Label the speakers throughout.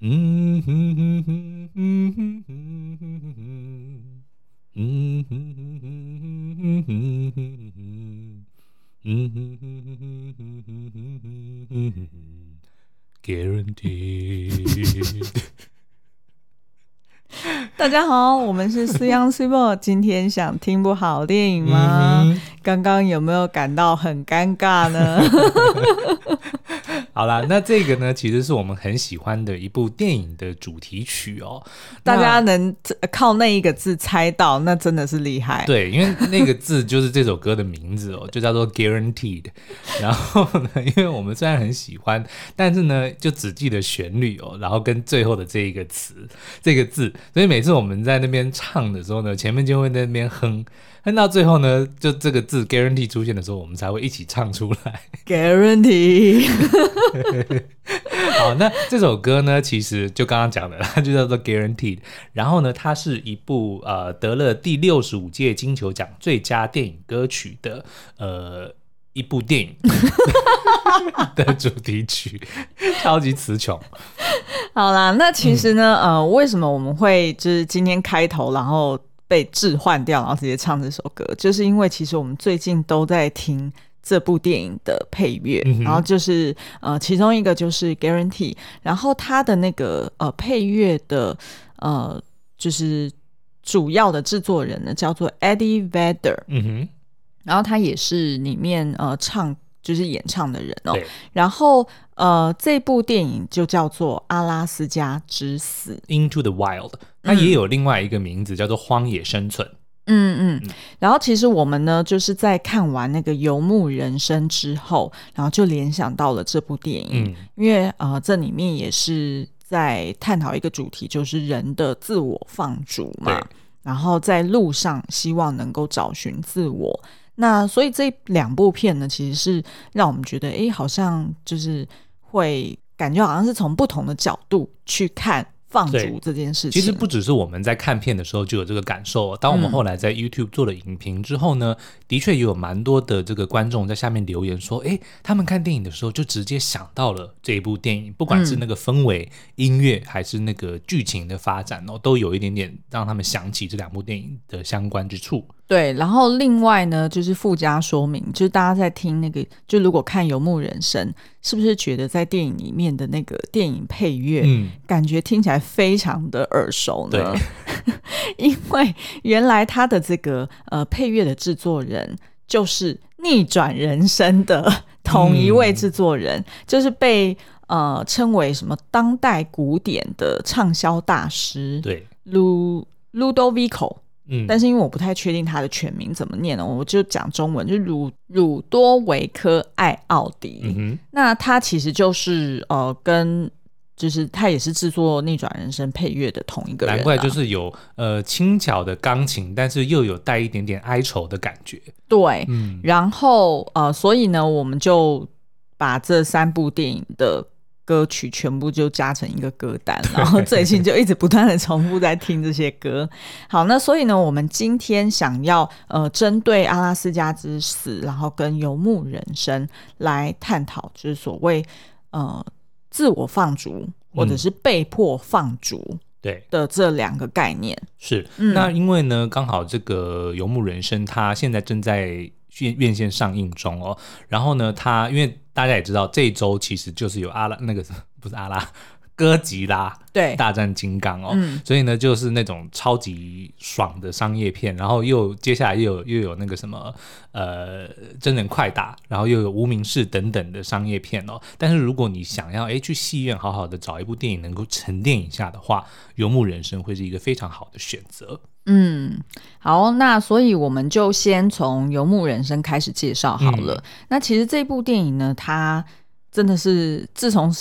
Speaker 1: 嗯哼哼哼哼哼哼哼哼，嗯哼哼哼哼哼哼哼哼，嗯哼哼哼哼哼哼哼哼哼哼，guaranteed。
Speaker 2: 大家好，我们是 C Young C Bo，今天想听部好电影吗？
Speaker 1: 嗯
Speaker 2: 刚刚有没有感到很尴 尬呢？
Speaker 1: 哼 好啦，那这个呢，其实是我们很喜欢的一部电影的主题曲哦。
Speaker 2: 大
Speaker 1: 那
Speaker 2: 家能呃靠那一个字猜到，那真的是厉害。
Speaker 1: 对，因为那个字就是这首歌的名字哦，就 叫做 Guaranteed。然后呢， 因为我们虽然很喜欢，但是呢，就只记得旋律哦，然后跟最后的这一个词、这个字，所以每次我们在那边唱的时候呢，前面就会在那边哼，哼到最后呢，就这个字 Guarantee 出现的时候，我们才会一起唱出来。
Speaker 2: ，Guarantee，
Speaker 1: 好，那这首歌呢，其实就刚刚讲的， 它就叫做 Guaranteed。然后呢，它是一部呃得了第六十五届金球奖最佳电影歌曲的呃一部电影的主题曲，超级词穷。
Speaker 2: 好啦，那其实呢，
Speaker 1: 嗯
Speaker 2: 呃，为什么我们会就是今天开头，然后被置换掉，然后直接唱这首歌，就是因为其实我们最近都在听。这部电影的配乐，
Speaker 1: 嗯哼
Speaker 2: 然后就是呃，其中一个就是 Guarantee，然后它的那个呃配乐的呃就是主要的制作人呢叫做 Eddie Vedder，
Speaker 1: 嗯
Speaker 2: 然后他也是里面呃唱就是演唱的人
Speaker 1: 哼，
Speaker 2: 哦
Speaker 1: 对。，
Speaker 2: 然后呃这部电影就叫做《阿拉斯加之死》。
Speaker 1: Into the Wild，它也有另外一个名字叫做《荒野生存》。
Speaker 2: 嗯
Speaker 1: 嗯
Speaker 2: 嗯，然后其实我们呢，就是在看完那个《游牧人生》之后，然后就联想到了这部电影，
Speaker 1: 嗯
Speaker 2: 因为呃，这里面也是在探讨一个主题，就是人的自我放逐嘛
Speaker 1: 对。
Speaker 2: 然后在路上，希望能够找寻自我。那所以这两部片呢，其实是让我们觉得，诶，好像就是会感觉好像是从不同的角度去看放
Speaker 1: 对
Speaker 2: 逐这件事
Speaker 1: 其
Speaker 2: 情。
Speaker 1: 实不只是我们在看片的时候就有这个感受、哦，当我们
Speaker 2: 嗯
Speaker 1: 后来在 YouTube 做了影评之后呢，的确也有蛮多的这个观众在下面留言说，诶，他们看电影的时候就直接想到了这一部电影，不管
Speaker 2: 嗯
Speaker 1: 是那个氛围、音乐还是那个剧情的发展哦，都有一点点让他们想起这两部电影的相关之处。
Speaker 2: 对，然后另外呢，就是附加说明，就是大家在听那个，就如果看《游牧人生》，是不是觉得在电影里面的那个电影配乐，
Speaker 1: 嗯，
Speaker 2: 感觉听起来非常的耳熟
Speaker 1: 对
Speaker 2: 呢？ 因为原来他的这个呃配乐的制作人就是《逆转人生》的同一位制作人，
Speaker 1: 嗯
Speaker 2: 就是被呃称为什么当代古典的畅销大师
Speaker 1: 对，
Speaker 2: Lu Ludovico。
Speaker 1: 嗯，
Speaker 2: 但是因为我不太确定他的全名怎么念呢，我就讲中文，就是鲁鲁多维科艾奥迪。
Speaker 1: 嗯哼，
Speaker 2: 那他其实就是呃，跟就是他也是制作《逆转人生》配乐的同一个人啊、
Speaker 1: 难怪就是有呃轻巧的钢琴，但是又有带一点点哀愁的感觉。
Speaker 2: 对。
Speaker 1: 嗯，
Speaker 2: 然后呃，所以呢，我们就把这三部电影的。歌曲全部就加成一个歌 单，然后最近就一直不断的重复在听这些歌。 好，那所以呢，我们今天想要呃，针对阿拉斯加之死，然后跟游牧人生来探讨，就是所谓呃自我放逐或者
Speaker 1: 嗯
Speaker 2: 是被迫放逐
Speaker 1: 对。
Speaker 2: 的这两个概念。
Speaker 1: 是，
Speaker 2: 嗯
Speaker 1: 那因为呢，刚好这个《游牧人生》它现在正在院院线上映中哦。然后呢，它因为大家也知道，这一周其实就是有阿拉那个不是阿拉 哥吉拉
Speaker 2: 对，
Speaker 1: 大战金刚哦。
Speaker 2: 嗯，
Speaker 1: 所以呢，就是那种超级爽的商业片，然后又接下来又有又有那个什么呃真人快打，然后又有无名氏等等的商业片哦。但是如果你想要诶去戏院好好的找一部电影能够沉淀一下的话，《游牧人生》会是一个非常好的选择。
Speaker 2: 嗯，好，那所以我们就先从《游牧人生》开始介绍好了。那其实这部电影呢，它真的是自从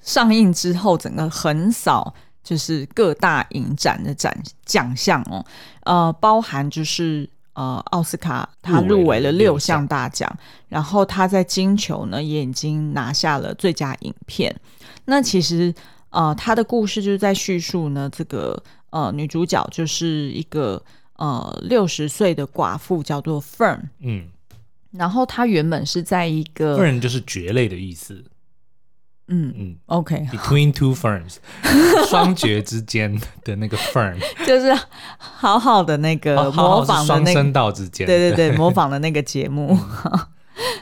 Speaker 2: 上映之后，整个横扫就是各大影展的展奖项哦，呃，包含就是。呃，奥斯卡它
Speaker 1: 入围
Speaker 2: 入围
Speaker 1: 了
Speaker 2: 了
Speaker 1: 六
Speaker 2: 六项
Speaker 1: 项
Speaker 2: 大奖，然后它在金球呢也已经拿下了最佳影片。那其实呃，他的故事就是在叙述呢，这个呃女主角就是一个呃六十岁的寡妇，叫做 Fern。
Speaker 1: 嗯，
Speaker 2: 然后她原本是在一
Speaker 1: 不
Speaker 2: 个
Speaker 1: 然就是蕨类的意思。
Speaker 2: 嗯
Speaker 1: 嗯
Speaker 2: ，OK，
Speaker 1: Between two ferns，双绝之间的那个 fern，
Speaker 2: 就是好好的那个
Speaker 1: 哦好
Speaker 2: 呃
Speaker 1: 好
Speaker 2: 模
Speaker 1: 是
Speaker 2: 仿的
Speaker 1: 双
Speaker 2: 那个
Speaker 1: 声道之间，
Speaker 2: 对对对，模仿的那个节目。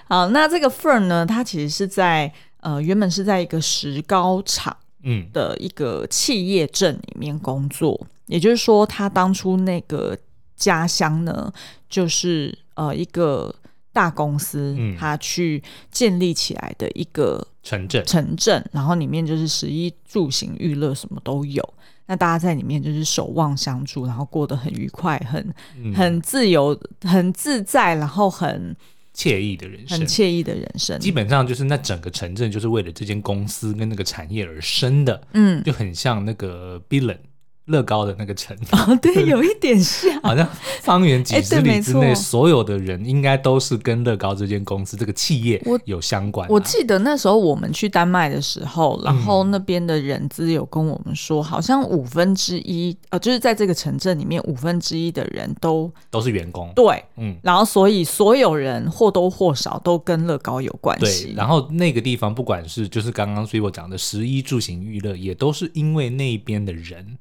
Speaker 2: 好，那这个 Fern 呢，它其实是在呃，原本是在一个石膏厂
Speaker 1: 嗯
Speaker 2: 的一个企业镇里面工作，也就是说，他当初那个家乡呢，就是呃一个大公司
Speaker 1: 嗯，
Speaker 2: 它去建立起来的一个
Speaker 1: 城镇，
Speaker 2: 城镇，然后里面就是食衣住行娱乐什么都有。那大家在里面就是守望相助，然后过得很愉快，很
Speaker 1: 嗯
Speaker 2: 很自由、很自在，然后很
Speaker 1: 惬意的人
Speaker 2: 很
Speaker 1: 生。
Speaker 2: 惬意的人生。
Speaker 1: 基本上就是那整个城镇就是为了这间公司跟那个产业而生的，
Speaker 2: 嗯，
Speaker 1: 就很像那个 Billen 乐高的那个城，
Speaker 2: 哦，对，有一 点像。
Speaker 1: 好像方圆几十
Speaker 2: 哎对
Speaker 1: 里
Speaker 2: 没
Speaker 1: 之
Speaker 2: 错
Speaker 1: 内所有的人应该都是跟乐高这间公司这个企业
Speaker 2: 我
Speaker 1: 有相关啊。
Speaker 2: 我记得那时候我们去丹麦的时候，然后
Speaker 1: 嗯
Speaker 2: 那边的人资有跟我们说，好像五分之一，呃，就是在这个城镇里面，五分之一的人都
Speaker 1: 都是员工，
Speaker 2: 对，
Speaker 1: 嗯，
Speaker 2: 然后所以所有人或多或少都跟乐高有关
Speaker 1: 对，
Speaker 2: 系。
Speaker 1: 然后那个地方不管是就是刚刚所以我讲的食衣住行娱乐，也都是因为那边的人，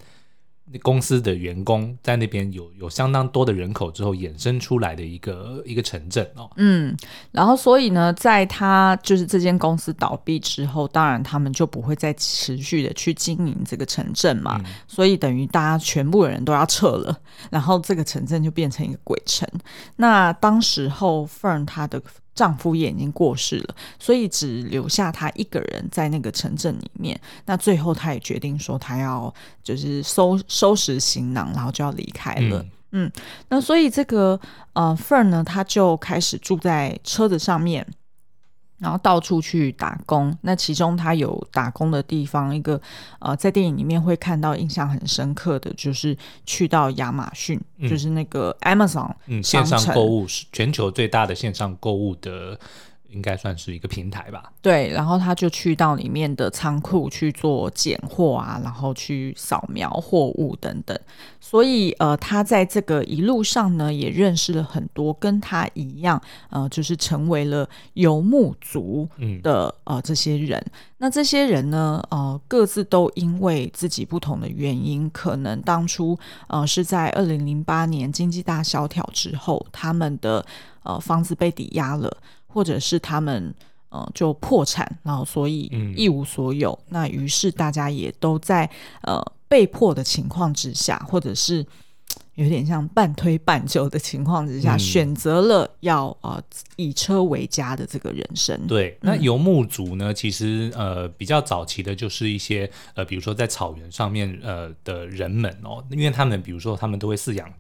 Speaker 1: 那公司的员工在那边有有相当多的人口之后衍生出来的一个一个城镇哦，
Speaker 2: 嗯，然后所以呢，在他就是这间公司倒闭之后，当然他们就不会再持续的去经营这个城镇嘛，所以等于大家全部的人都要撤了，然后这个城镇就变成一个鬼城。那当时候 Fern 她的丈夫也已经过世了，所以只留下她一个人在那个城镇里面。那最后她也决定说，她要就是收收拾行囊，然后就要离开了。
Speaker 1: 嗯，
Speaker 2: 那所以这个呃 Fern 呢，他就开始住在车子上面，然后到处去打工。那其中他有打工的地方，一个呃，在电影里面会看到印象很深刻的就是去到亚马逊，
Speaker 1: 嗯
Speaker 2: 就是那个 Amazon
Speaker 1: 嗯，线
Speaker 2: 商城
Speaker 1: 上购物是全球最大的线上购物的，应该算是一个平台吧。
Speaker 2: 对，然后他就去到里面的仓库去做拣货啊，然后去扫描货物等等。所以呃，他在这个一路上呢，也认识了很多跟他一样，呃，就是成为了游牧族
Speaker 1: 嗯
Speaker 2: 的呃这些人。那这些人呢，呃，各自都因为自己不同的原因，可能当初呃是在二零零八年经济大萧条之后，他们的呃房子被抵押了，或者是他们。呃，就破产，然后所以
Speaker 1: 嗯
Speaker 2: 一无所有。那于是大家也都在呃被迫的情况之下，或者是有点像半推半就的情况之下，
Speaker 1: 嗯
Speaker 2: 选择了要呃以车为家的这个人生。
Speaker 1: 对，那游牧族呢，其实呃比较早期的就是一些呃，比如说在草原上面呃的人们哦，因为他们比如说他们都会饲养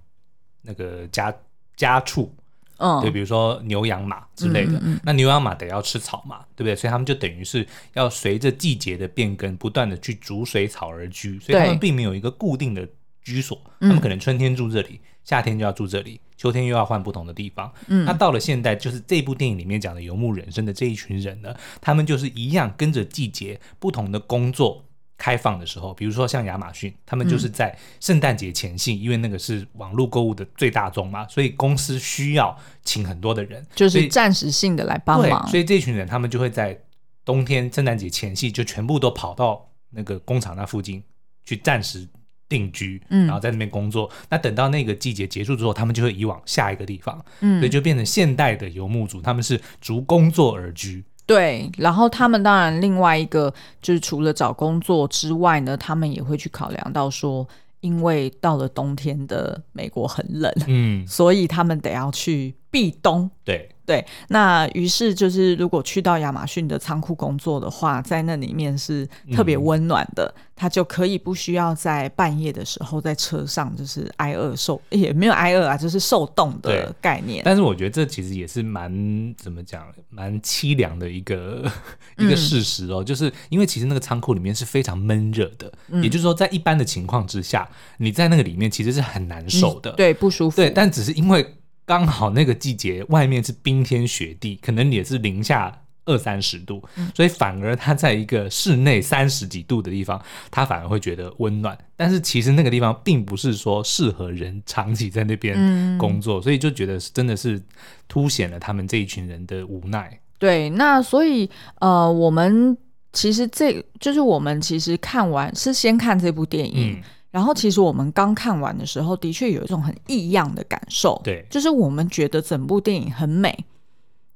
Speaker 1: 那个家家畜，
Speaker 2: 嗯，
Speaker 1: 对，比如说牛羊马之类的。那牛羊马得要吃草嘛，对不对？所以他们就等于是要随着季节的变更，不断的去逐水草而居，所以他们
Speaker 2: 对
Speaker 1: 并没有一个固定的居所。他们可能春天住这里，夏天就要住这里，秋天又要换不同的地方。嗯，那到了现代，就是这部电影里面讲的游牧人生的这一群人呢，他们就是一样跟着季节不同的工作。开放的时候，比如说像亚马逊，他们
Speaker 2: 嗯
Speaker 1: 就是在圣诞节前夕，因为那个是网络购物的最大宗嘛，所以公司需要请很多的人，
Speaker 2: 就
Speaker 1: 所以
Speaker 2: 是暂时性的来帮
Speaker 1: 对，
Speaker 2: 忙。
Speaker 1: 所以这群人他们就会在冬天圣诞节前夕就全部都跑到那个工厂那附近去暂时定居，
Speaker 2: 嗯
Speaker 1: 然后在那边工作。那等到那个季节结束之后，他们就会移往下一个地方，所以
Speaker 2: 嗯，
Speaker 1: 就变成现代的游牧族，他们是逐工作而居。
Speaker 2: 对。然后他们当然另外一个就是除了找工作之外呢，他们也会去考量到说，因为到了冬天的美国很冷，
Speaker 1: 嗯，
Speaker 2: 所以他们得要去避冬。
Speaker 1: 对，
Speaker 2: 对，那于是就是，如果去到亚马逊的仓库工作的话，在那里面是特别温暖的，
Speaker 1: 嗯
Speaker 2: 他就可以不需要在半夜的时候在车上就是挨饿受，也没有挨饿啊，就是受冻的
Speaker 1: 对
Speaker 2: 概念。
Speaker 1: 但是我觉得这其实也是蛮怎么讲，蛮凄凉的一个
Speaker 2: 嗯
Speaker 1: 一个事实哦，就是因为其实那个仓库里面是非常闷热的，
Speaker 2: 嗯
Speaker 1: 也就是说在一般的情况之下，你在那个里面其实是很难受的。
Speaker 2: 嗯对，不舒服。
Speaker 1: 对，但只是因为刚好那个季节外面是冰天雪地，可能也是零下二三十度，所以反而它在一个室内三十几度的地方，它反而会觉得温暖。但是其实那个地方并不是说适合人长期在那边工作，所以就觉得是真的是凸显了他们这一群人的无奈。
Speaker 2: 对，那所以呃，我们其实这就是我们其实看完是先看这部电影，
Speaker 1: 嗯，
Speaker 2: 然后其实我们刚看完的时候，的确有一种很异样的感受，
Speaker 1: 对
Speaker 2: 就是我们觉得整部电影很美，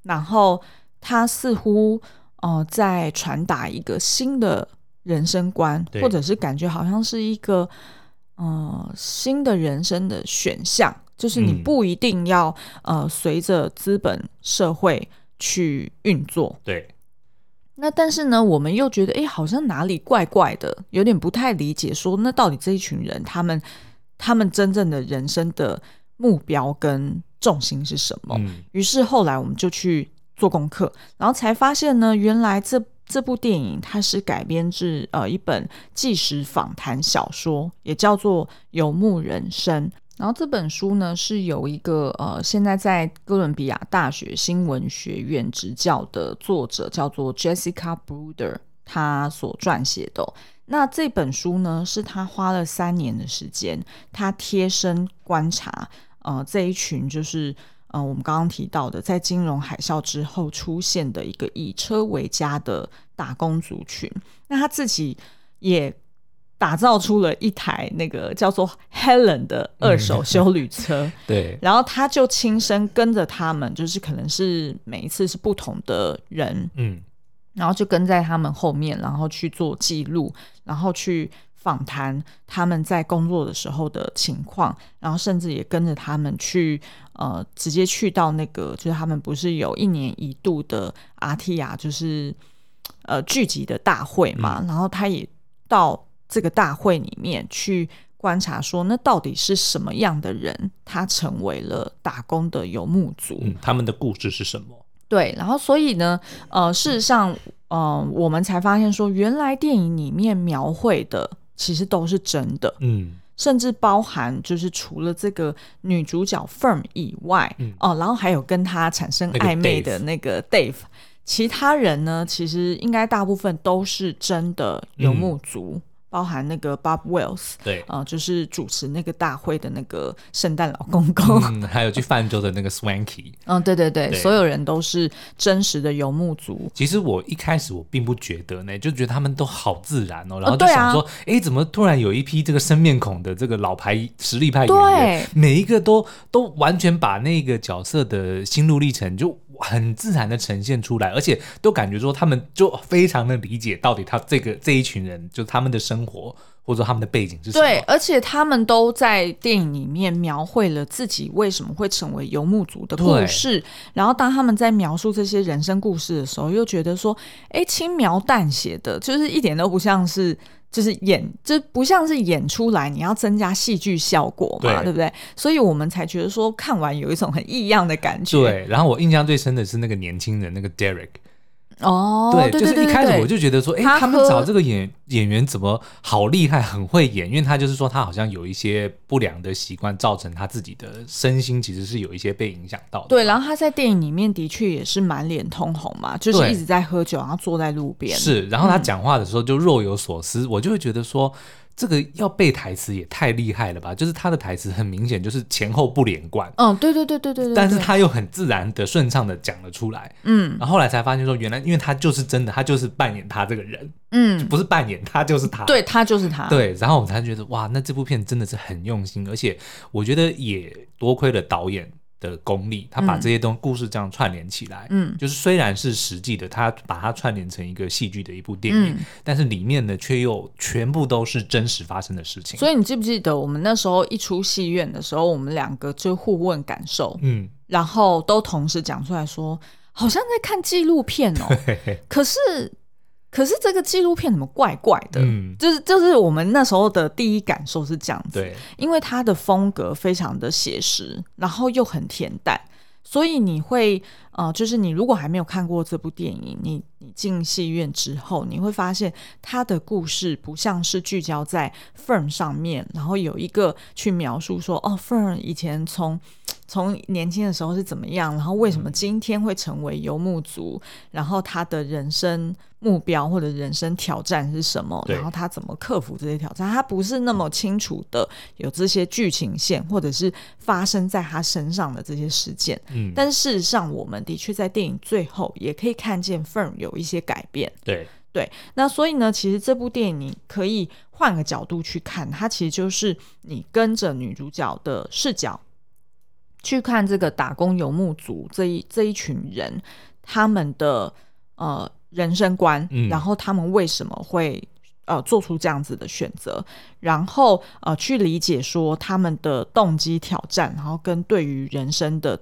Speaker 2: 然后它似乎呃在传达一个新的人生观，
Speaker 1: 对
Speaker 2: 或者是感觉好像是一个呃新的人生的选项，就是你
Speaker 1: 嗯
Speaker 2: 不一定要、呃随着资本社会去运作，
Speaker 1: 对，
Speaker 2: 那但是呢，我们又觉得，哎，好像哪里怪怪的，有点不太理解说，那到底这一群人他们他们真正的人生的目标跟重心是什么？
Speaker 1: 嗯
Speaker 2: 于是后来我们就去做功课，然后才发现呢，原来这这部电影它是改编自呃一本纪实访谈小说，也叫做《游牧人生》。然后这本书呢是有一个呃现在在哥伦比亚大学新闻学院执教的作者叫做 Jessica Bruder，他所撰写的哦、那这本书呢，是他花了三年的时间，他贴身观察呃这一群就是呃我们刚刚提到的，在金融海啸之后出现的一个以车为家的打工族群。那他自己也打造出了一台那个叫做 Helen 的二手修旅车，
Speaker 1: 对，
Speaker 2: 然后他就亲身跟着他们，就是可能是每一次是不同的人，
Speaker 1: 嗯
Speaker 2: 然后就跟在他们后面，然后去做记录，然后去访谈他们在工作的时候的情况，然后甚至也跟着他们去呃，直接去到那个，就是他们不是有一年一度的阿提亚，就是呃聚集的大会嘛，然后他也到这个大会里面去。观察说，那到底是什么样的人，他成为了打工的游牧族？
Speaker 1: 嗯，他们的故事是什么？
Speaker 2: 对，然后所以呢，呃，事实上，呃，我们才发现说，原来电影里面描绘的其实都是真的，
Speaker 1: 嗯
Speaker 2: 甚至包含就是除了这个女主角 Firm 以外，哦、
Speaker 1: 嗯
Speaker 2: 然后还有跟她产生
Speaker 1: 那个
Speaker 2: 暧昧
Speaker 1: Dave
Speaker 2: 的那个 Dave，其他人呢，其实应该大部分都是真的
Speaker 1: 嗯
Speaker 2: 游牧族，包含那个 Bob Wells，
Speaker 1: 对，
Speaker 2: 呃，就是主持那个大会的那个圣诞老公公，
Speaker 1: 嗯，还有去泛舟的那个 Swanky。
Speaker 2: 嗯，对对对，
Speaker 1: 对
Speaker 2: 所有人都是真实的游牧族。
Speaker 1: 其实我一开始我并不觉得呢，就觉得他们都好自然哦，然后就
Speaker 2: 对啊
Speaker 1: 想说，哎、怎么突然有一批这个生面孔的这个老牌实力派演员
Speaker 2: 对，
Speaker 1: 每一个都都完全把那个角色的心路历程就很自然的呈现出来，而且都感觉说他们就非常的理解到底他这个这一群人就他们的生活或者说他们的背景是什么。
Speaker 2: 对，而且他们都在电影里面描绘了自己为什么会成为游牧族的故
Speaker 1: 对
Speaker 2: 事。然后，当他们在描述这些人生故事的时候，又觉得说，哎，轻描淡写的，就是一点都不像是。就是演，就不像是演出来，你要增加戏剧效果嘛，
Speaker 1: 对
Speaker 2: 对不对？所以我们才觉得说看完有一种很异样的感觉。，
Speaker 1: 对，然后我印象最深的是那个年轻人，那个 Derek，
Speaker 2: 哦，
Speaker 1: 对，
Speaker 2: 对
Speaker 1: 就
Speaker 2: 对
Speaker 1: 是
Speaker 2: 对
Speaker 1: 一开
Speaker 2: 对
Speaker 1: 始我就觉得说，哎、
Speaker 2: 他
Speaker 1: 他们
Speaker 2: 喝
Speaker 1: 找这个演演员怎么好厉害，很会演，因为他就是说他好像有一些不良的习惯，造成他自己的身心其实是有一些被影响到的。
Speaker 2: 对，然后他在电影里面的确也是满脸通红嘛，就是
Speaker 1: 对
Speaker 2: 一直在喝酒，然后坐在路边。
Speaker 1: 是，然后他讲话的时候就若有所思，我就会觉得说。这个要背台词也太厉害了吧！就是他的台词很明显就是前后不连贯，
Speaker 2: 嗯，对对对对对对。
Speaker 1: 但是
Speaker 2: 对
Speaker 1: 他又很自然的、顺畅的讲了出来。
Speaker 2: 嗯
Speaker 1: 然后后来才发现说，原来因为他就是真的，他就是扮演他这个人，
Speaker 2: 嗯，
Speaker 1: 不是扮演他就是他。
Speaker 2: 对他就是他。
Speaker 1: 对，然后我们才觉得哇，那这部片真的是很用心，而且我觉得也多亏了导演的功力，他把
Speaker 2: 嗯
Speaker 1: 这些东故事这样串联起来。
Speaker 2: 嗯
Speaker 1: 就是虽然是实际的，他把它串联成一个戏剧的一部电影，
Speaker 2: 嗯，
Speaker 1: 但是里面呢却又全部都是真实发生的事情。
Speaker 2: 所以你记不记得我们那时候一出戏院的时候，我们两个就互问感受，
Speaker 1: 嗯，
Speaker 2: 然后都同时讲出来说，好像在看纪录片 哦。
Speaker 1: 嘿嘿，
Speaker 2: 可是，可是这个纪录片怎么怪怪的？
Speaker 1: 嗯，
Speaker 2: 就是就是我们那时候的第一感受是这样子。
Speaker 1: 对，
Speaker 2: 因为它的风格非常的写实，然后又很恬淡，所以你会呃，就是你如果还没有看过这部电影，你你进戏院之后，你会发现它的故事不像是聚焦在 Fern 上面，然后有一个去描述说哦，Fern 以前从。从年轻的时候是怎么样，然后为
Speaker 1: 嗯
Speaker 2: 什么今天会成为游牧族，然后他的人生目标或者人生挑战是什么，
Speaker 1: 对
Speaker 2: 然后他怎么克服这些挑战，他不是那么清楚的有这些剧情线，或者是发生在他身上的这些事件。
Speaker 1: 嗯，
Speaker 2: 但事实上，我们的确在电影最后也可以看见 Fern 有一些改变，
Speaker 1: 对，
Speaker 2: 对，那所以呢，其实这部电影你可以换个角度去看，它其实就是你跟着女主角的视角去看这个打工游牧族这一这一群人他们的呃人生观，
Speaker 1: 嗯
Speaker 2: 然后他们为什么会呃做出这样子的选择，然后呃去理解说他们的动机、挑战，然后跟对于人生的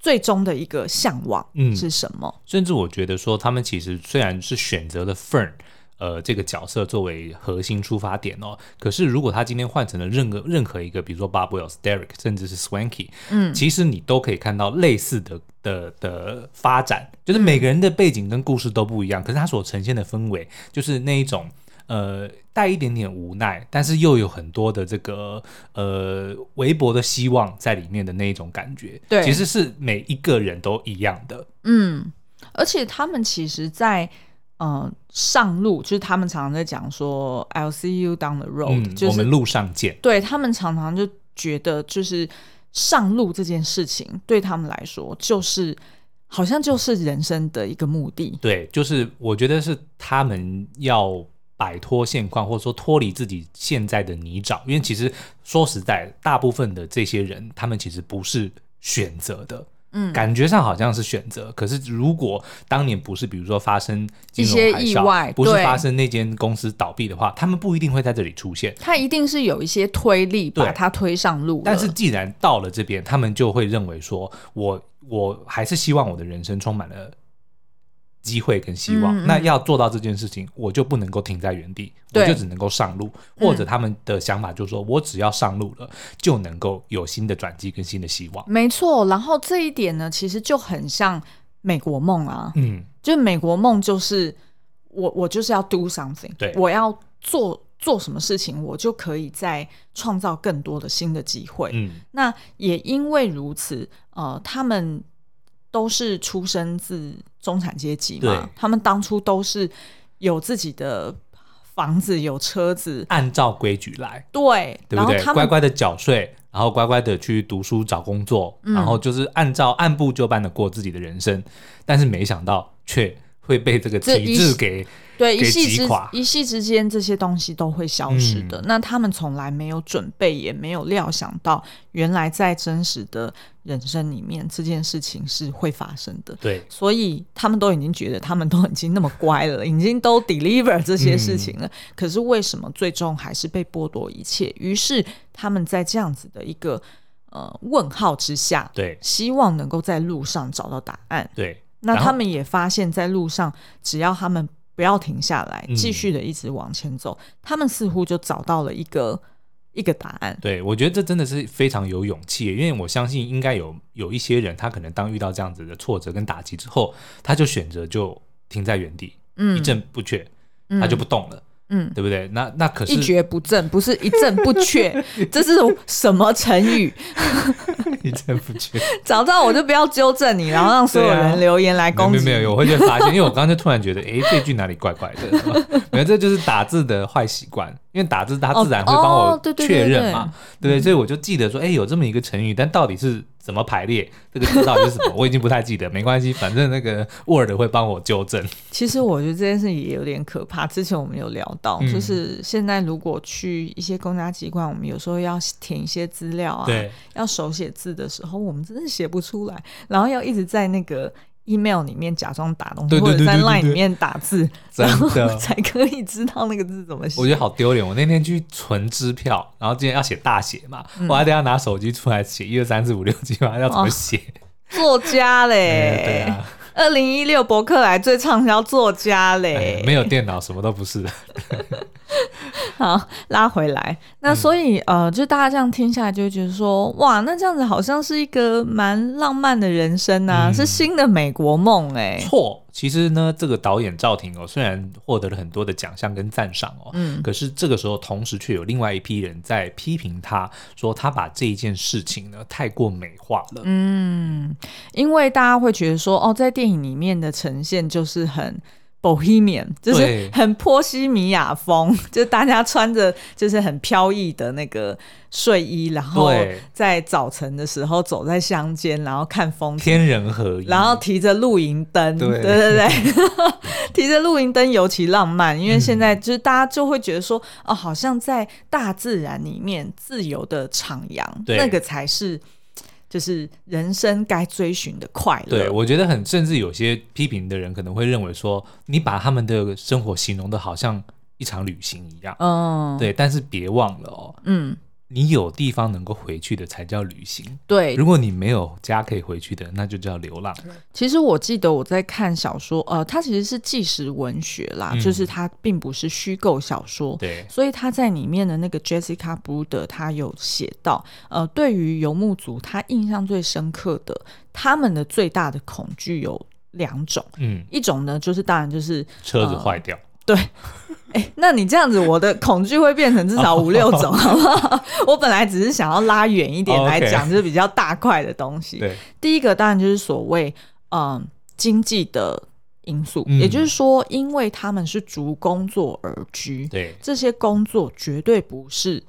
Speaker 2: 最终的一个向往
Speaker 1: 嗯
Speaker 2: 是什么。
Speaker 1: 甚至我觉得说，他们其实虽然是选择了 Fern，呃，这个角色作为核心出发点哦，可是如果他今天换成了任何任何一个，比如说 Bob Wells、Derek，甚至是 Swanky，
Speaker 2: 嗯
Speaker 1: 其实你都可以看到类似的的的发展，就是每个人的背景跟故事都不一样，可是他所呈现的氛围就是那一种。呃，带一点点无奈，但是又有很多的这个呃微薄的希望在里面的那一种感觉，
Speaker 2: 对
Speaker 1: 其实是每一个人都一样的，
Speaker 2: 嗯，而且他们其实在，呃上路，就是他们常常在讲说 “I'll see you down the road”，、
Speaker 1: 嗯，
Speaker 2: 就
Speaker 1: 我们
Speaker 2: 是
Speaker 1: 路上见。
Speaker 2: 对他们常常就觉得，就是上路这件事情对他们来说，就是好像就是人生的一个目的。
Speaker 1: 对，就是我觉得是他们要摆脱现况，或者说脱离自己现在的泥沼。因为其实说实在，大部分的这些人，他们其实不是选择的。
Speaker 2: 嗯
Speaker 1: 感觉上好像是选择，可是如果当年不是，比如说发生金融
Speaker 2: 一些
Speaker 1: 海
Speaker 2: 意
Speaker 1: 啸
Speaker 2: 外
Speaker 1: 不是
Speaker 2: 对
Speaker 1: 发生那间公司倒闭的话，他们不一定会在这里出现。
Speaker 2: 他一定是有一些推力把
Speaker 1: 对
Speaker 2: 他推上路了，
Speaker 1: 但是既然到了这边，他们就会认为说，我我还是希望我的人生充满了机会跟希望。
Speaker 2: 嗯嗯
Speaker 1: 那要做到这件事情，我就不能够停在原地，我
Speaker 2: 对嗯
Speaker 1: 就只能够上路，或者他们的想法就是说、我只要上路了，就能够有新的转机跟新的希望。
Speaker 2: 没错。然后这一点呢，其实就很像美国梦啊，
Speaker 1: 嗯，
Speaker 2: 就美国梦就是我我就是要 do something，
Speaker 1: 对
Speaker 2: 我要做做什么事情，我就可以再创造更多的新的机会。
Speaker 1: 嗯，
Speaker 2: 那也因为如此，呃，他们都是出身自中产阶级嘛
Speaker 1: 对，
Speaker 2: 他们当初都是有自己的房子、有车子，
Speaker 1: 按照规矩来，
Speaker 2: 对，
Speaker 1: 对
Speaker 2: 然
Speaker 1: 不
Speaker 2: 后
Speaker 1: 对？
Speaker 2: 他
Speaker 1: 乖
Speaker 2: 们
Speaker 1: 乖的缴税，然后乖乖的去读书找工作，
Speaker 2: 嗯
Speaker 1: 然后就是按照按部就班的过自己的人生。但是没想到却会被这个
Speaker 2: 这
Speaker 1: 体
Speaker 2: 一
Speaker 1: 制
Speaker 2: 时
Speaker 1: 给
Speaker 2: 对一
Speaker 1: 给
Speaker 2: 夕
Speaker 1: 击
Speaker 2: 之
Speaker 1: 垮嗯
Speaker 2: 一夕之间，这些东西都会消失的。那他们从来没有准备，也没有料想到，原来在真实的人生里面，这件事情是会发生的。
Speaker 1: 对。
Speaker 2: 所以他们都已经觉得他们都已经那么乖了，已经都 deliver 这些事情了。
Speaker 1: 嗯
Speaker 2: 可是为什么最终还是被剥夺一切？于是他们在这样子的一个呃问号之下，
Speaker 1: 对
Speaker 2: 希望能够在路上找到答案。
Speaker 1: 对，
Speaker 2: 那
Speaker 1: 然后
Speaker 2: 他们也发现，在路上只要他们不要停下来，
Speaker 1: 嗯
Speaker 2: 继续的一直往前走，他们似乎就找到了一个一个答案。
Speaker 1: 对我觉得这真的是非常有勇气耶，因为我相信应该有有一些人，他可能当遇到这样子的挫折跟打击之后，他就选择就停在原地，
Speaker 2: 嗯
Speaker 1: 一阵不缺，他就不动了，
Speaker 2: 嗯，
Speaker 1: 对不对？那那可是
Speaker 2: 一蹶不振，不是一振不缺，这是什么成语？
Speaker 1: 一阵不缺，
Speaker 2: 找到我就不要纠正你，然后让所有
Speaker 1: 对啊
Speaker 2: 人留言来
Speaker 1: 没有
Speaker 2: 攻
Speaker 1: 没
Speaker 2: 击
Speaker 1: 有
Speaker 2: 你。
Speaker 1: 没有，我会就发现，因为我刚刚就突然觉得， 诶，这句哪里怪怪的？没有，这就是打字的坏习惯，因为打字它
Speaker 2: 哦
Speaker 1: 自然会帮
Speaker 2: 哦
Speaker 1: 我
Speaker 2: 对对对嗯
Speaker 1: 确认嘛，对不对？所以我就记得说，诶，有这么一个成语，但到底是怎么排列，这个字到底是什么，我已经不太记得，没关系，反正那个 Word 会帮我纠 正。
Speaker 2: 其实我觉得这件事情也有点可怕。之前我们有聊到，
Speaker 1: 嗯
Speaker 2: 就是现在如果去一些公家机关，我们有时候要填一些资料啊，
Speaker 1: 对，
Speaker 2: 要手写字的时候，我们真的写不出来，然后要一直在那个 email 里面假装打东西，
Speaker 1: 对对对
Speaker 2: 或者
Speaker 1: 对
Speaker 2: 在
Speaker 1: 对
Speaker 2: line
Speaker 1: 对
Speaker 2: 里面打字，
Speaker 1: 真
Speaker 2: 然后
Speaker 1: 的
Speaker 2: 才可以知道那个字怎么写。
Speaker 1: 我觉得好丢脸。我那天去存支票，然后今天要写大写嘛，我还得要拿手机出来写一二三四五六七八，要怎
Speaker 2: 哦
Speaker 1: 么写？
Speaker 2: 作家
Speaker 1: 哎 对
Speaker 2: 嘞，
Speaker 1: 啊，
Speaker 2: 二零一六伯克莱最畅销作家嘞
Speaker 1: 哎，没有电脑什么都不是。
Speaker 2: 好，拉回来。
Speaker 1: 嗯
Speaker 2: 那所以、呃，就大家这样听下来，就会觉得说，哇，那这样子好像是一个蛮浪漫的人生啊，
Speaker 1: 嗯
Speaker 2: 是新的美国梦哎、
Speaker 1: 错，其实呢，这个导演赵婷哦，虽然获得了很多的奖项跟赞赏哦，
Speaker 2: 嗯
Speaker 1: 可是这个时候同时却有另外一批人在批评他，说他把这一件事情呢太过美化了。
Speaker 2: 嗯，因为大家会觉得说，哦，在电影里面的呈现就是很 Bohemian，就是
Speaker 1: 对
Speaker 2: 很波西米亚风， 就是大家穿着就是很飘逸的那个睡衣，然后
Speaker 1: 对
Speaker 2: 在早晨的时候走在乡间，然后看风景，
Speaker 1: 天人合一，
Speaker 2: 然后提着露营灯，
Speaker 1: 对
Speaker 2: 对对 对，提着露营灯尤其浪漫，因为现在
Speaker 1: 嗯
Speaker 2: 就是大家就会觉得说，哦，好像在大自然里面自由的徜徉，
Speaker 1: 对
Speaker 2: 那个才是就是人生该追寻的快乐。
Speaker 1: 对，我觉得很，甚至有些批评的人可能会认为说，你把他们的生活形容的好像一场旅行一样。
Speaker 2: 嗯，
Speaker 1: 对，但是别忘了哦，
Speaker 2: 嗯，
Speaker 1: 你有地方能够回去的才叫旅行。
Speaker 2: 对
Speaker 1: 如，果你没有家可以回去的，那就叫流浪。
Speaker 2: 其实我记得我在看小说，呃，它其实是纪实文学啦，
Speaker 1: 嗯
Speaker 2: 就是它并不是虚构小说。
Speaker 1: 对，
Speaker 2: 所以他在里面的那个 Jessica Bruder，他有写到，呃，对于游牧族，他印象最深刻的，他们的最大的恐惧有两种，
Speaker 1: 嗯，
Speaker 2: 一种呢就是当然就是，
Speaker 1: 车
Speaker 2: 哦
Speaker 1: 子坏掉，
Speaker 2: 哎，那你这样子，我的恐惧会变成至
Speaker 1: 哦
Speaker 2: 少五六种， 好不好？我本来只是想要拉远一点
Speaker 1: 哦
Speaker 2: 来
Speaker 1: ，OK
Speaker 2: 讲，就是比较大块的东西。
Speaker 1: 对，
Speaker 2: 第一个当然就是所谓嗯、经济的因素，
Speaker 1: 嗯
Speaker 2: 也就是说，因为他们是逐工作而居，
Speaker 1: 对，
Speaker 2: 这些工作绝对不是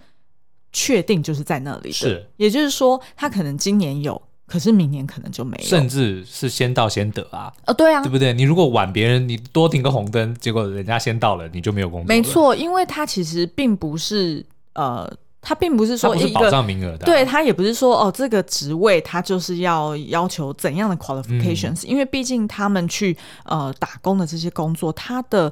Speaker 2: 确定就是在那里的，
Speaker 1: 是
Speaker 2: 也就是说，他可能今年有，可是明年可能就没有
Speaker 1: 甚。至是先到先得啊，
Speaker 2: 呃，对啊
Speaker 1: 对，不对？你如果晚别人，你多停个红灯，结果人家先到了，你就没有工作。
Speaker 2: 没，错，因为他其实并不是呃，他并不是
Speaker 1: 它
Speaker 2: 说
Speaker 1: 不是
Speaker 2: 一
Speaker 1: 保
Speaker 2: 个。
Speaker 1: 障名额的啊，
Speaker 2: 对他也不是说哦，这个职位他就是要要求怎样的
Speaker 1: 嗯
Speaker 2: qualifications，、因为毕竟他们去呃打工的这些工作，他的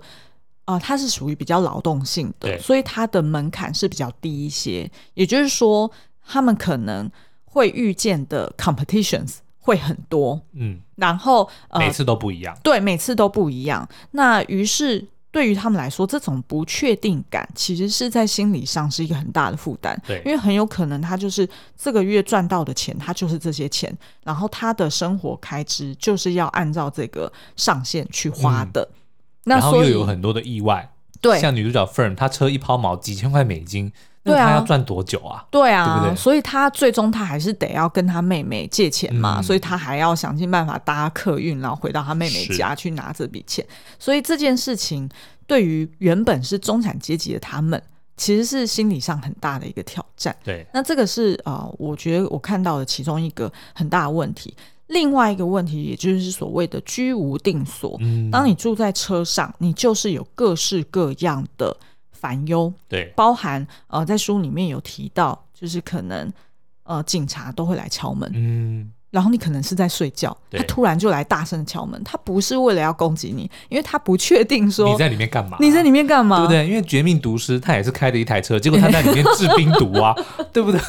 Speaker 2: 呃它是属于比较劳动性的，
Speaker 1: 对
Speaker 2: 所以它的门槛是比较低一些。也就是说，他们可能会遇见的 competitions 会很多，
Speaker 1: 嗯，
Speaker 2: 然后呃
Speaker 1: 每次都不一样。
Speaker 2: 对，每次都不一样。那于是对于他们来说，这种不确定感其实是在心理上是一个很大的负担。
Speaker 1: 对
Speaker 2: 因为很有可能他就是这个月赚到的钱，他就是这些钱，然后他的生活开支就是要按照这个上限去花的。那
Speaker 1: 嗯然后
Speaker 2: 所
Speaker 1: 又
Speaker 2: 以
Speaker 1: 有很多的意外，
Speaker 2: 对
Speaker 1: 像女主角 Firm，她车一抛锚几千块美金，那
Speaker 2: 对啊
Speaker 1: 她要赚多久啊？
Speaker 2: 对啊，
Speaker 1: 对不对
Speaker 2: 所以他最终他还是得要跟他妹妹借钱嘛，
Speaker 1: 嗯
Speaker 2: 所以他还要想尽办法搭客运，然后回到他妹妹家去拿这笔钱。所以这件事情对于原本是中产阶级的他们，其实是心理上很大的一个挑战。
Speaker 1: 对，
Speaker 2: 那这个是啊、呃我觉得我看到的其中一个很大的问题。另外一个问题，也就是所谓的居无定所。
Speaker 1: 嗯，
Speaker 2: 当你住在车上，你就是有各式各样的烦忧。
Speaker 1: 对，
Speaker 2: 包含呃，在书里面有提到，就是可能呃，警察都会来敲门，
Speaker 1: 嗯，
Speaker 2: 然后你可能是在睡觉，
Speaker 1: 对
Speaker 2: 他突然就来大声地敲门，他不是为了要攻击你，因为他不确定说
Speaker 1: 你在里面干嘛？
Speaker 2: 你在里啊面干嘛，
Speaker 1: 对不 对？因为《绝命毒师》他也是开了一台车，结果他在里面治冰毒 啊，对不对？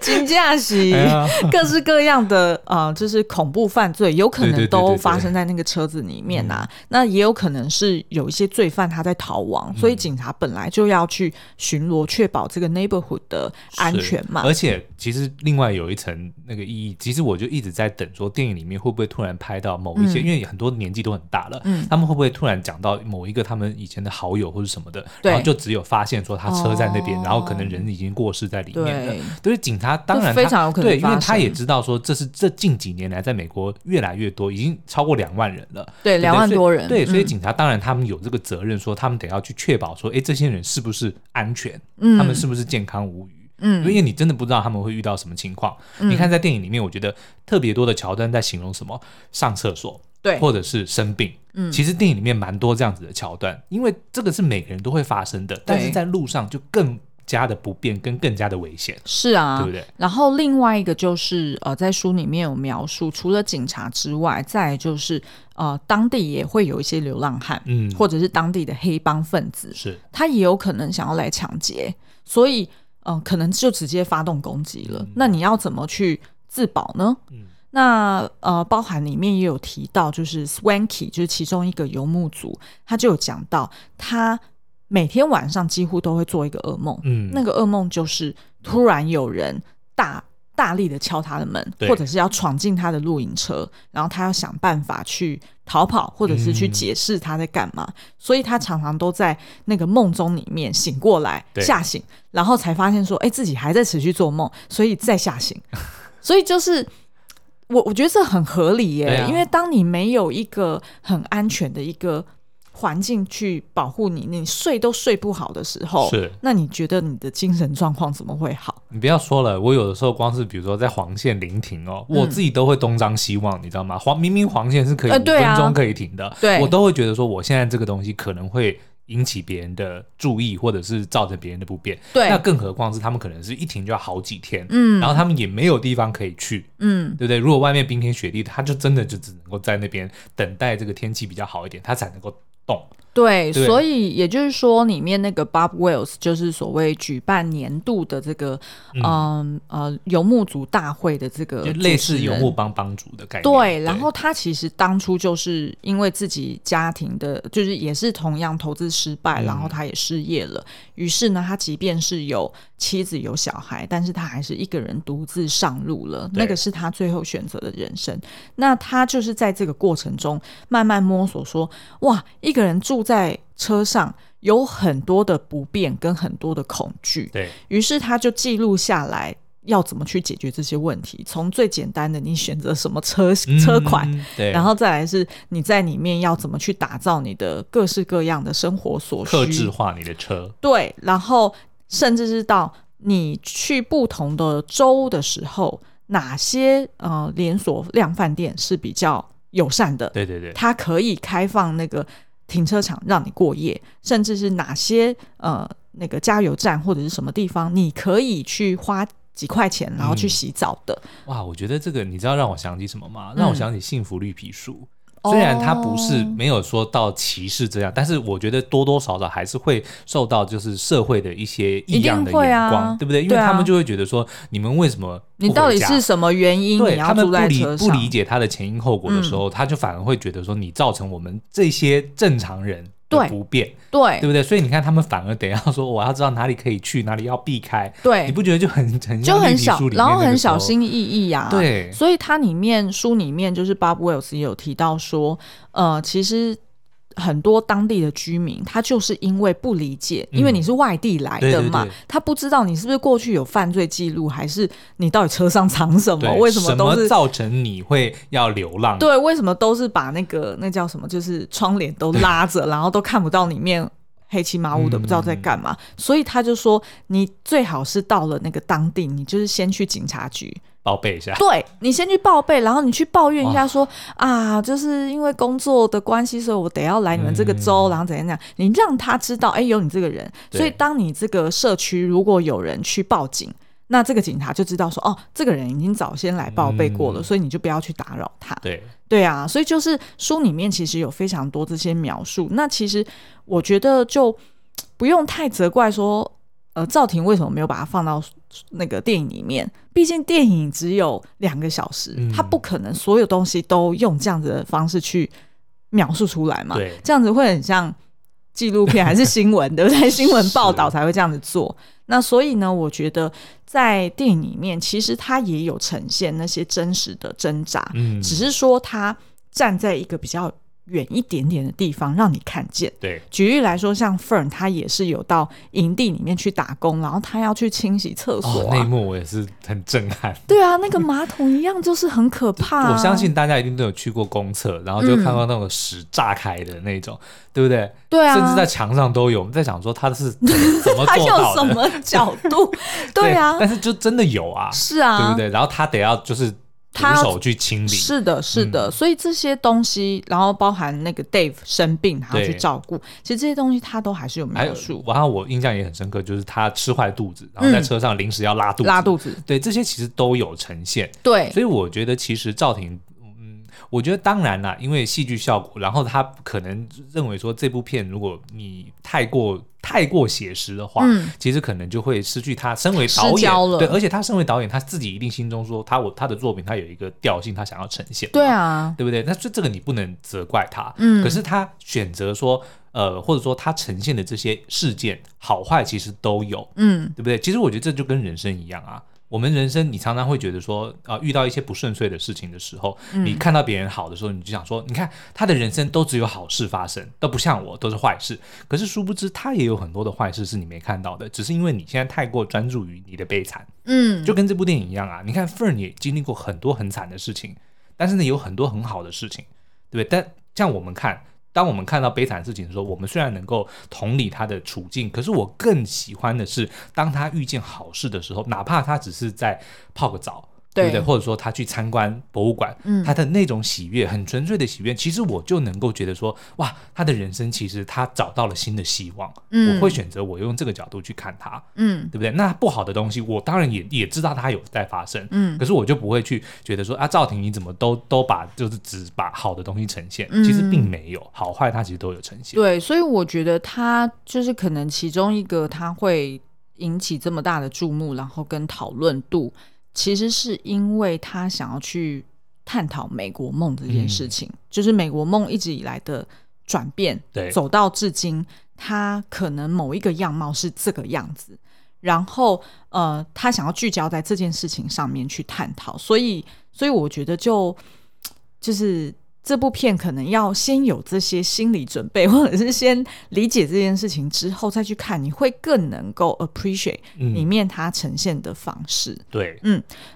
Speaker 2: 金驾席。
Speaker 1: 哎呀，
Speaker 2: 各式各样的呃，就是恐怖犯罪，有可
Speaker 1: 对对对
Speaker 2: 能
Speaker 1: 对
Speaker 2: 都
Speaker 1: 对嗯
Speaker 2: 发生在那个车子里面啊。那也有可能是有一些罪犯他在逃亡，所以警察本来就要去巡逻，确保这个 neighborhood 的安
Speaker 1: 是
Speaker 2: 全嘛。
Speaker 1: 而且其实另外有一层那个意义，其实我就一直在等，说电影里面会不会突然拍到某一些，
Speaker 2: 嗯
Speaker 1: 因为很多年纪都很大了，
Speaker 2: 嗯
Speaker 1: 他们会不会突然讲到某一个他们以前的好友或者什么的，
Speaker 2: 对
Speaker 1: 然后就只有发现说他车在那边，
Speaker 2: 哦
Speaker 1: 然后可能人已经过世在里面了
Speaker 2: 对。
Speaker 1: 就是警察当然
Speaker 2: 哦这非
Speaker 1: 他
Speaker 2: 常有可能
Speaker 1: 对，因为
Speaker 2: 发
Speaker 1: 他也
Speaker 2: 生
Speaker 1: 知道说这是这近几年来在美国越来越多，已经超过两万人了。
Speaker 2: 对，
Speaker 1: 对
Speaker 2: 两万
Speaker 1: 所以
Speaker 2: 多人，
Speaker 1: 对，所以
Speaker 2: 嗯
Speaker 1: 警察当然他们有这个责任，说他们得要去确保说，哎，这些人是不是安全，
Speaker 2: 嗯
Speaker 1: 他们是不是健康无虞。
Speaker 2: 嗯
Speaker 1: 因为你真的不知道他们会遇到什么情况。你看在电影里面，我觉得特别多的桥段在形容什么上厕所，
Speaker 2: 对
Speaker 1: 或者是生病。嗯，其实电影里面蛮多这样子的桥段，因为这个是每个人都会发生的，但是在路上就更加的不便，跟更加的危险，
Speaker 2: 是啊，
Speaker 1: 对不对？
Speaker 2: 然后另外一个就是，呃，在书里面有描述，除了警察之外，再来就是，呃，当地也会有一些流浪汉，
Speaker 1: 嗯，
Speaker 2: 或者是当地的黑帮分子，
Speaker 1: 是
Speaker 2: 他也有可能想要来抢劫，所以，嗯、可能就直接发动攻击了。那你要怎么去自保呢？
Speaker 1: 嗯
Speaker 2: 那呃，包含里面也有提到，就是 Swanky，就是其中一个游牧族，他就有讲到，他每天晚上几乎都会做一个噩梦，
Speaker 1: 嗯，
Speaker 2: 那个噩梦就是突然有人大大力的敲他的门，
Speaker 1: 对
Speaker 2: 或者是要闯进他的露营车，然后他要想办法去逃跑，或者是去解释他在干嘛。所以他常常都在那个梦中里面醒过来，
Speaker 1: 对
Speaker 2: 吓醒，然 后才发现说，哎、自己还在持续做梦，所以再吓醒。所以就是我我觉得这很合理耶、
Speaker 1: 对啊
Speaker 2: 因为当你没有一个很安全的一个环境去保护你，你睡都睡不好的时候，
Speaker 1: 是
Speaker 2: 那你觉得你的精神状况怎么会好？
Speaker 1: 你不要说了，我有的时候光是比如说在黄线临停哦，我自己都会东张西望，你知道吗？黄明明黄线是可以
Speaker 2: 嗯呃
Speaker 1: 五
Speaker 2: 对啊
Speaker 1: 分钟可以停的，
Speaker 2: 对
Speaker 1: 我都会觉得说我现在这个东西可能会引起别人的注意，或者是造成别人的不便。那更何况是他们可能是一停就要好几天，
Speaker 2: 嗯
Speaker 1: 然后他们也没有地方可以去，
Speaker 2: 嗯，
Speaker 1: 对不对？如果外面冰天雪地，他就真的就只能够在那边等待这个天气比较好一点，他才能够动。
Speaker 2: 对，
Speaker 1: 对
Speaker 2: 所以也就是说，里面那个 Bob Wells 就是所谓举办年度的这个嗯呃游牧族大会的这个
Speaker 1: 就类
Speaker 2: 呃主
Speaker 1: 似
Speaker 2: 持
Speaker 1: 游
Speaker 2: 人
Speaker 1: 牧帮帮主的概念。
Speaker 2: 对，然后他其实当初就是因为自己家庭的，就是也是同样投资失败，
Speaker 1: 嗯
Speaker 2: 然后他也失业了。于是呢，他即便是有妻子有小孩，但是他还是一个人独自上路了。
Speaker 1: 对
Speaker 2: 那个是他最后选择的人生。那他就是在这个过程中慢慢摸索说，哇，一个人住在车上有很多的不便跟很多的恐惧。
Speaker 1: 对，
Speaker 2: 于是他就记录下来要怎么去解决这些问题，从最简单的你选择什么车车款。
Speaker 1: 嗯，对，
Speaker 2: 然后再来是你在里面要怎么去打造你的各式各样的生活所需，
Speaker 1: 克制化你的车，
Speaker 2: 对，然后甚至是到你去不同的州的时候，哪些呃连锁量饭店是比较友善的，
Speaker 1: 对对对，
Speaker 2: 它可以开放那个停车场让你过夜，甚至是哪些呃那个加油站或者是什么地方，你可以去花几块钱然后
Speaker 1: 嗯
Speaker 2: 去洗澡的。
Speaker 1: 哇，我觉得这个你知道让我想起什么吗？让我
Speaker 2: 嗯
Speaker 1: 想起幸福绿皮书。
Speaker 2: 哦
Speaker 1: 虽然它不是没有说到歧视这样，但是我觉得多多少少还是会受到就是社会的一些异样的
Speaker 2: 一定会
Speaker 1: 眼
Speaker 2: 啊
Speaker 1: 光，对不对？因为
Speaker 2: 对啊
Speaker 1: 他们就会觉得说，你们为什么不
Speaker 2: 你到底
Speaker 1: 回家
Speaker 2: 是什么原因
Speaker 1: 对
Speaker 2: 你
Speaker 1: 他
Speaker 2: 要
Speaker 1: 们
Speaker 2: 住
Speaker 1: 不
Speaker 2: 在
Speaker 1: 理
Speaker 2: 车上？嗯
Speaker 1: 不理解他的前因后果的时候，他就反而会觉得说你造成我们这些正常人的
Speaker 2: 对
Speaker 1: 不便，对
Speaker 2: 对
Speaker 1: 不对？所以你看，他们反而得要说我要知道哪里可以去，哪里要避开，你
Speaker 2: 对，
Speaker 1: 不觉得就很 很
Speaker 2: 就
Speaker 1: 像绿
Speaker 2: 很
Speaker 1: 皮
Speaker 2: 小
Speaker 1: 书，里面
Speaker 2: 然后
Speaker 1: 那个
Speaker 2: 很
Speaker 1: 时候
Speaker 2: 小心翼翼呀、啊。
Speaker 1: 对
Speaker 2: 所以它里面书里面就是 Bob Wells 也有提到说，呃，其实很多当地的居民，他就是因为不理解，
Speaker 1: 嗯
Speaker 2: 因为你是外地来的嘛，
Speaker 1: 对对对
Speaker 2: 他不知道你是不是过去有犯罪记录，还是你到底车上藏什么，
Speaker 1: 对，
Speaker 2: 哦为什么
Speaker 1: 么
Speaker 2: 都是。
Speaker 1: 造成你会要流浪？
Speaker 2: 对，为什么都是把那个那叫什么，就是窗帘都拉着，然后都看不到里面黑漆麻乌的，
Speaker 1: 嗯
Speaker 2: 不知道在干嘛。所以他就说，你最好是到了那个当地，你就是先去警察局，
Speaker 1: 报备一下。
Speaker 2: 对你先去报备，然后你去抱怨一下说啊，就是因为工作的关系，所以我得要来你们这个州，然后怎样怎样。你让他知道，哎，有你这个人。
Speaker 1: 嗯对
Speaker 2: 所以当你这个社区如果有人去报警，那这个警察就知道说，哦，这个人已经早先来报备过了，
Speaker 1: 嗯
Speaker 2: 所以你就不要去打扰他。
Speaker 1: 对，
Speaker 2: 对啊，所以就是书里面其实有非常多这些描述。那其实我觉得就不用太责怪说，呃，赵婷为什么没有把它放到那个电影里面？毕竟电影只有两个小时，
Speaker 1: 嗯
Speaker 2: 它不可能所有东西都用这样子的方式去描述出来嘛。
Speaker 1: 对
Speaker 2: 这样子会很像纪录片还是新闻，对不 对？新闻报道
Speaker 1: 是
Speaker 2: 才会这样子做。那所以呢，我觉得在电影里面，其实它也有呈现那些真实的挣扎。
Speaker 1: 嗯，
Speaker 2: 只是说他站在一个比较远一点点的地方让你看见。
Speaker 1: 对，
Speaker 2: 举例来说，像 Fern 他也是有到营地里面去打工，然后他要去清洗厕
Speaker 1: 哦
Speaker 2: 所、，
Speaker 1: 那一
Speaker 2: 啊。
Speaker 1: 幕我也是很震撼。
Speaker 2: 对啊，那个马桶一样就是很可怕、啊
Speaker 1: 我相。信大家一定都有去过公厕，然后就看到那种屎炸开的那种，对不对？
Speaker 2: 嗯对啊，
Speaker 1: 甚至在墙上都有。我们在想说他是 怎么
Speaker 2: 他
Speaker 1: 做
Speaker 2: 用
Speaker 1: 到
Speaker 2: 什
Speaker 1: 的？
Speaker 2: 么角 度？对啊，
Speaker 1: 但是就真的有啊，
Speaker 2: 是啊，
Speaker 1: 对不对？然后他得要就是徒
Speaker 2: 他要
Speaker 1: 手去清理，
Speaker 2: 是的，是的，所以这些东西，然后包含那个 Dave 生病，还要去
Speaker 1: 对
Speaker 2: 照顾，其实这些东西他都还是有
Speaker 1: 还
Speaker 2: 描
Speaker 1: 有
Speaker 2: 述，，
Speaker 1: 然后我印象也很深刻，就是他吃坏肚子，然后在
Speaker 2: 嗯
Speaker 1: 车上临时要拉肚子，
Speaker 2: 拉肚子，
Speaker 1: 对，这些其实都有呈现。
Speaker 2: 对，
Speaker 1: 所以我觉得其实赵婷。嗯，我觉得当然啦，因为戏剧效果，然后他可能认为说这部片如果你太过太过写实的话，
Speaker 2: 嗯
Speaker 1: 其实可能就会失去他身为导
Speaker 2: 失焦
Speaker 1: 演
Speaker 2: 了
Speaker 1: 对，而且他身为导演，他自己一定心中说他我他的作品他有一个调性，他想要呈现，
Speaker 2: 对，啊，
Speaker 1: 对不对？那这这个你不能责怪他，
Speaker 2: 嗯
Speaker 1: 可是他选择说，呃，或者说他呈现的这些事件好坏其实都有，
Speaker 2: 嗯，
Speaker 1: 对不对？其实我觉得这就跟人生一样啊，我们人生，你常常会觉得说，啊、遇到一些不顺遂的事情的时候，你看到别人好的时候，你就想说，你看他的人生都只有好事发生，都不像我都是坏事。可是殊不知，他也有很多的坏事是你没看到的，只是因为你现在太过专注于你的悲惨，
Speaker 2: 嗯，
Speaker 1: 就跟这部电影一样啊。你看 Fern 也经历过很多很惨的事情，但是呢，有很多很好的事情，对不对？但像我们看。当我们看到悲惨的事情的时候，我们虽然能够同理他的处境，可是我更喜欢的是，当他遇见好事的时候，哪怕他只是在泡个澡，对不
Speaker 2: 对
Speaker 1: 对？或者说他去参观博物馆，
Speaker 2: 嗯
Speaker 1: 他的那种喜悦，很纯粹的喜悦，其实我就能够觉得说，哇，他的人生其实他找到了新的希望。
Speaker 2: 嗯
Speaker 1: 我会选择我用这个角度去看他，
Speaker 2: 嗯
Speaker 1: 对不对？那不好的东西，我当然也也知道它有在发生，
Speaker 2: 嗯
Speaker 1: 可是我就不会去觉得说啊，赵婷你怎么都都把就是只把好的东西呈现，
Speaker 2: 嗯
Speaker 1: 其实并没有，好坏它其实都有呈现。
Speaker 2: 对，所以我觉得他就是可能其中一个他会引起这么大的注目，然后跟讨论度，其实是因为他想要去探讨美国梦这件事情，就是美国梦一直以来的转变，
Speaker 1: 对
Speaker 2: 走到至今，它可能某一个样貌是这个样子，然后呃，他想要聚焦在这件事情上面去探讨，所以所以我觉得就就是这部片可能要先有这些心理准备，或者是先理解这件事情之后再去看，你会更能够 appreciate 里面它呈现的方式。
Speaker 1: 嗯对，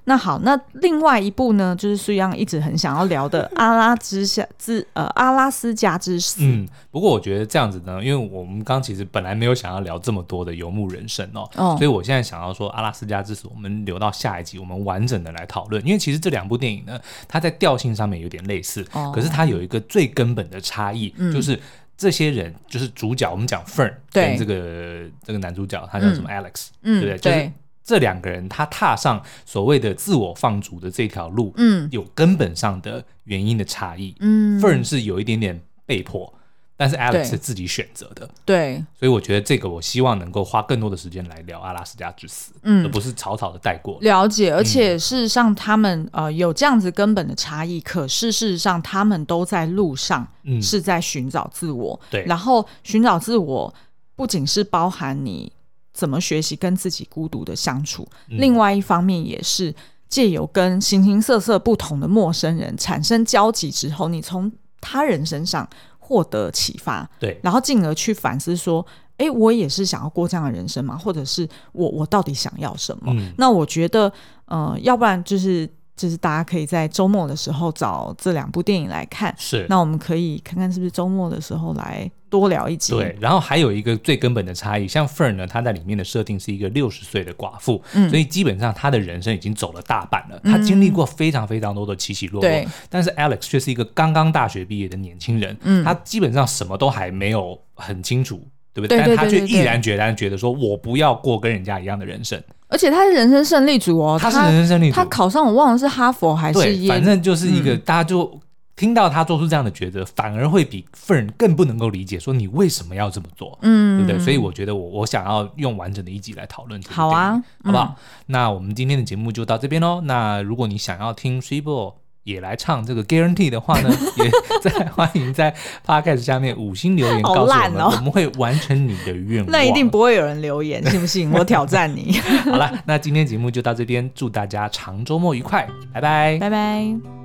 Speaker 2: 那好，那另外一部呢，就是苏央一直很想要聊的《阿拉之下之呃阿拉斯加之死》。
Speaker 1: 嗯，不过我觉得这样子呢，因为我们刚其实本来没有想要聊这么多的游牧人生哦，
Speaker 2: 哦
Speaker 1: 所以我现在想要说，阿拉斯加之死，我们留到下一集，我们完整的来讨论。因为其实这两部电影呢，它在调性上面有点类似，
Speaker 2: 哦嗯
Speaker 1: 可是它有一个最根本的差异，就是这些人，就是主角，我们讲 Fern
Speaker 2: 对
Speaker 1: 跟这个这个男主角，他叫什么 Alex，、
Speaker 2: 嗯，
Speaker 1: 对不对？就是这两个人，他踏上所谓的自我放逐的这条路，
Speaker 2: 嗯
Speaker 1: 有根本上的原因的差异。
Speaker 2: 嗯，
Speaker 1: Fern 是有一点点被迫，但是
Speaker 2: 对
Speaker 1: Alex 是自己选择的。
Speaker 2: 对，
Speaker 1: 所以我觉得这个，我希望能够花更多的时间来聊阿拉斯加之死，
Speaker 2: 嗯
Speaker 1: 而不是草草的带过。
Speaker 2: 了解，而
Speaker 1: 嗯
Speaker 2: 且事实上，他们、呃有这样子根本的差异，可是事实上，他们都在路上，
Speaker 1: 嗯
Speaker 2: 是在寻找自我。
Speaker 1: 对
Speaker 2: 然后寻找自我不仅是包含你怎么学习跟自己孤独的相处，
Speaker 1: 嗯
Speaker 2: 另外一方面也是借由跟形形色色不同的陌生人产生交集之后，你从他人身上获得启发。
Speaker 1: 对，
Speaker 2: 然后进而去反思说，诶，我也是想要过这样的人生吗？或者是我我到底想要什么？
Speaker 1: 嗯
Speaker 2: 那我觉得，呃，要不然就是就是大家可以在周末的时候找这两部电影来看。
Speaker 1: 是。
Speaker 2: 那我们可以看看是不是周末的时候来多聊一集。
Speaker 1: 对，然后还有一个最根本的差异，像 Fern 呢，她在里面的设定是一个六十岁的寡妇，
Speaker 2: 嗯
Speaker 1: 所以基本上她的人生已经走了大半了，她经历过非常非常多的起起落落
Speaker 2: 对，
Speaker 1: 但是 Alex 却是一个刚刚大学毕业的年轻人，
Speaker 2: 嗯
Speaker 1: 他基本上什么都还没有很清楚，对不对？
Speaker 2: 对
Speaker 1: 但
Speaker 2: 对
Speaker 1: 他
Speaker 2: 对
Speaker 1: 却
Speaker 2: 对
Speaker 1: 毅
Speaker 2: 对
Speaker 1: 然决然觉得说，我不要过跟人家一样的人生，
Speaker 2: 而且他是人生胜利组哦，
Speaker 1: 他是人生胜利组
Speaker 2: 他考上我忘了是哈佛还是嗯
Speaker 1: 对，
Speaker 2: 耶
Speaker 1: 反正就是一个、大家就听到他做出这样的抉择，反而会比 Fern 更不能够理解，说你为什么要这么做，
Speaker 2: 嗯
Speaker 1: 对不对？所以我觉得我我想要用完整的一集来讨论这个
Speaker 2: 好啊
Speaker 1: 电影好不好？那我们今天的节目就到这边喽。那如果你想要听 s h i b o 也来唱这个 Guarantee 的 话呢，也在欢迎在 Podcast 下面五星留言
Speaker 2: 好
Speaker 1: 告诉我
Speaker 2: 烂
Speaker 1: 们，
Speaker 2: 哦
Speaker 1: 我们会完成你的愿望。
Speaker 2: 那一定不会有人留言，信不信？我挑 战你，
Speaker 1: 好了。那今天节目就到这边，祝大家长周末愉快，拜拜。
Speaker 2: 拜拜。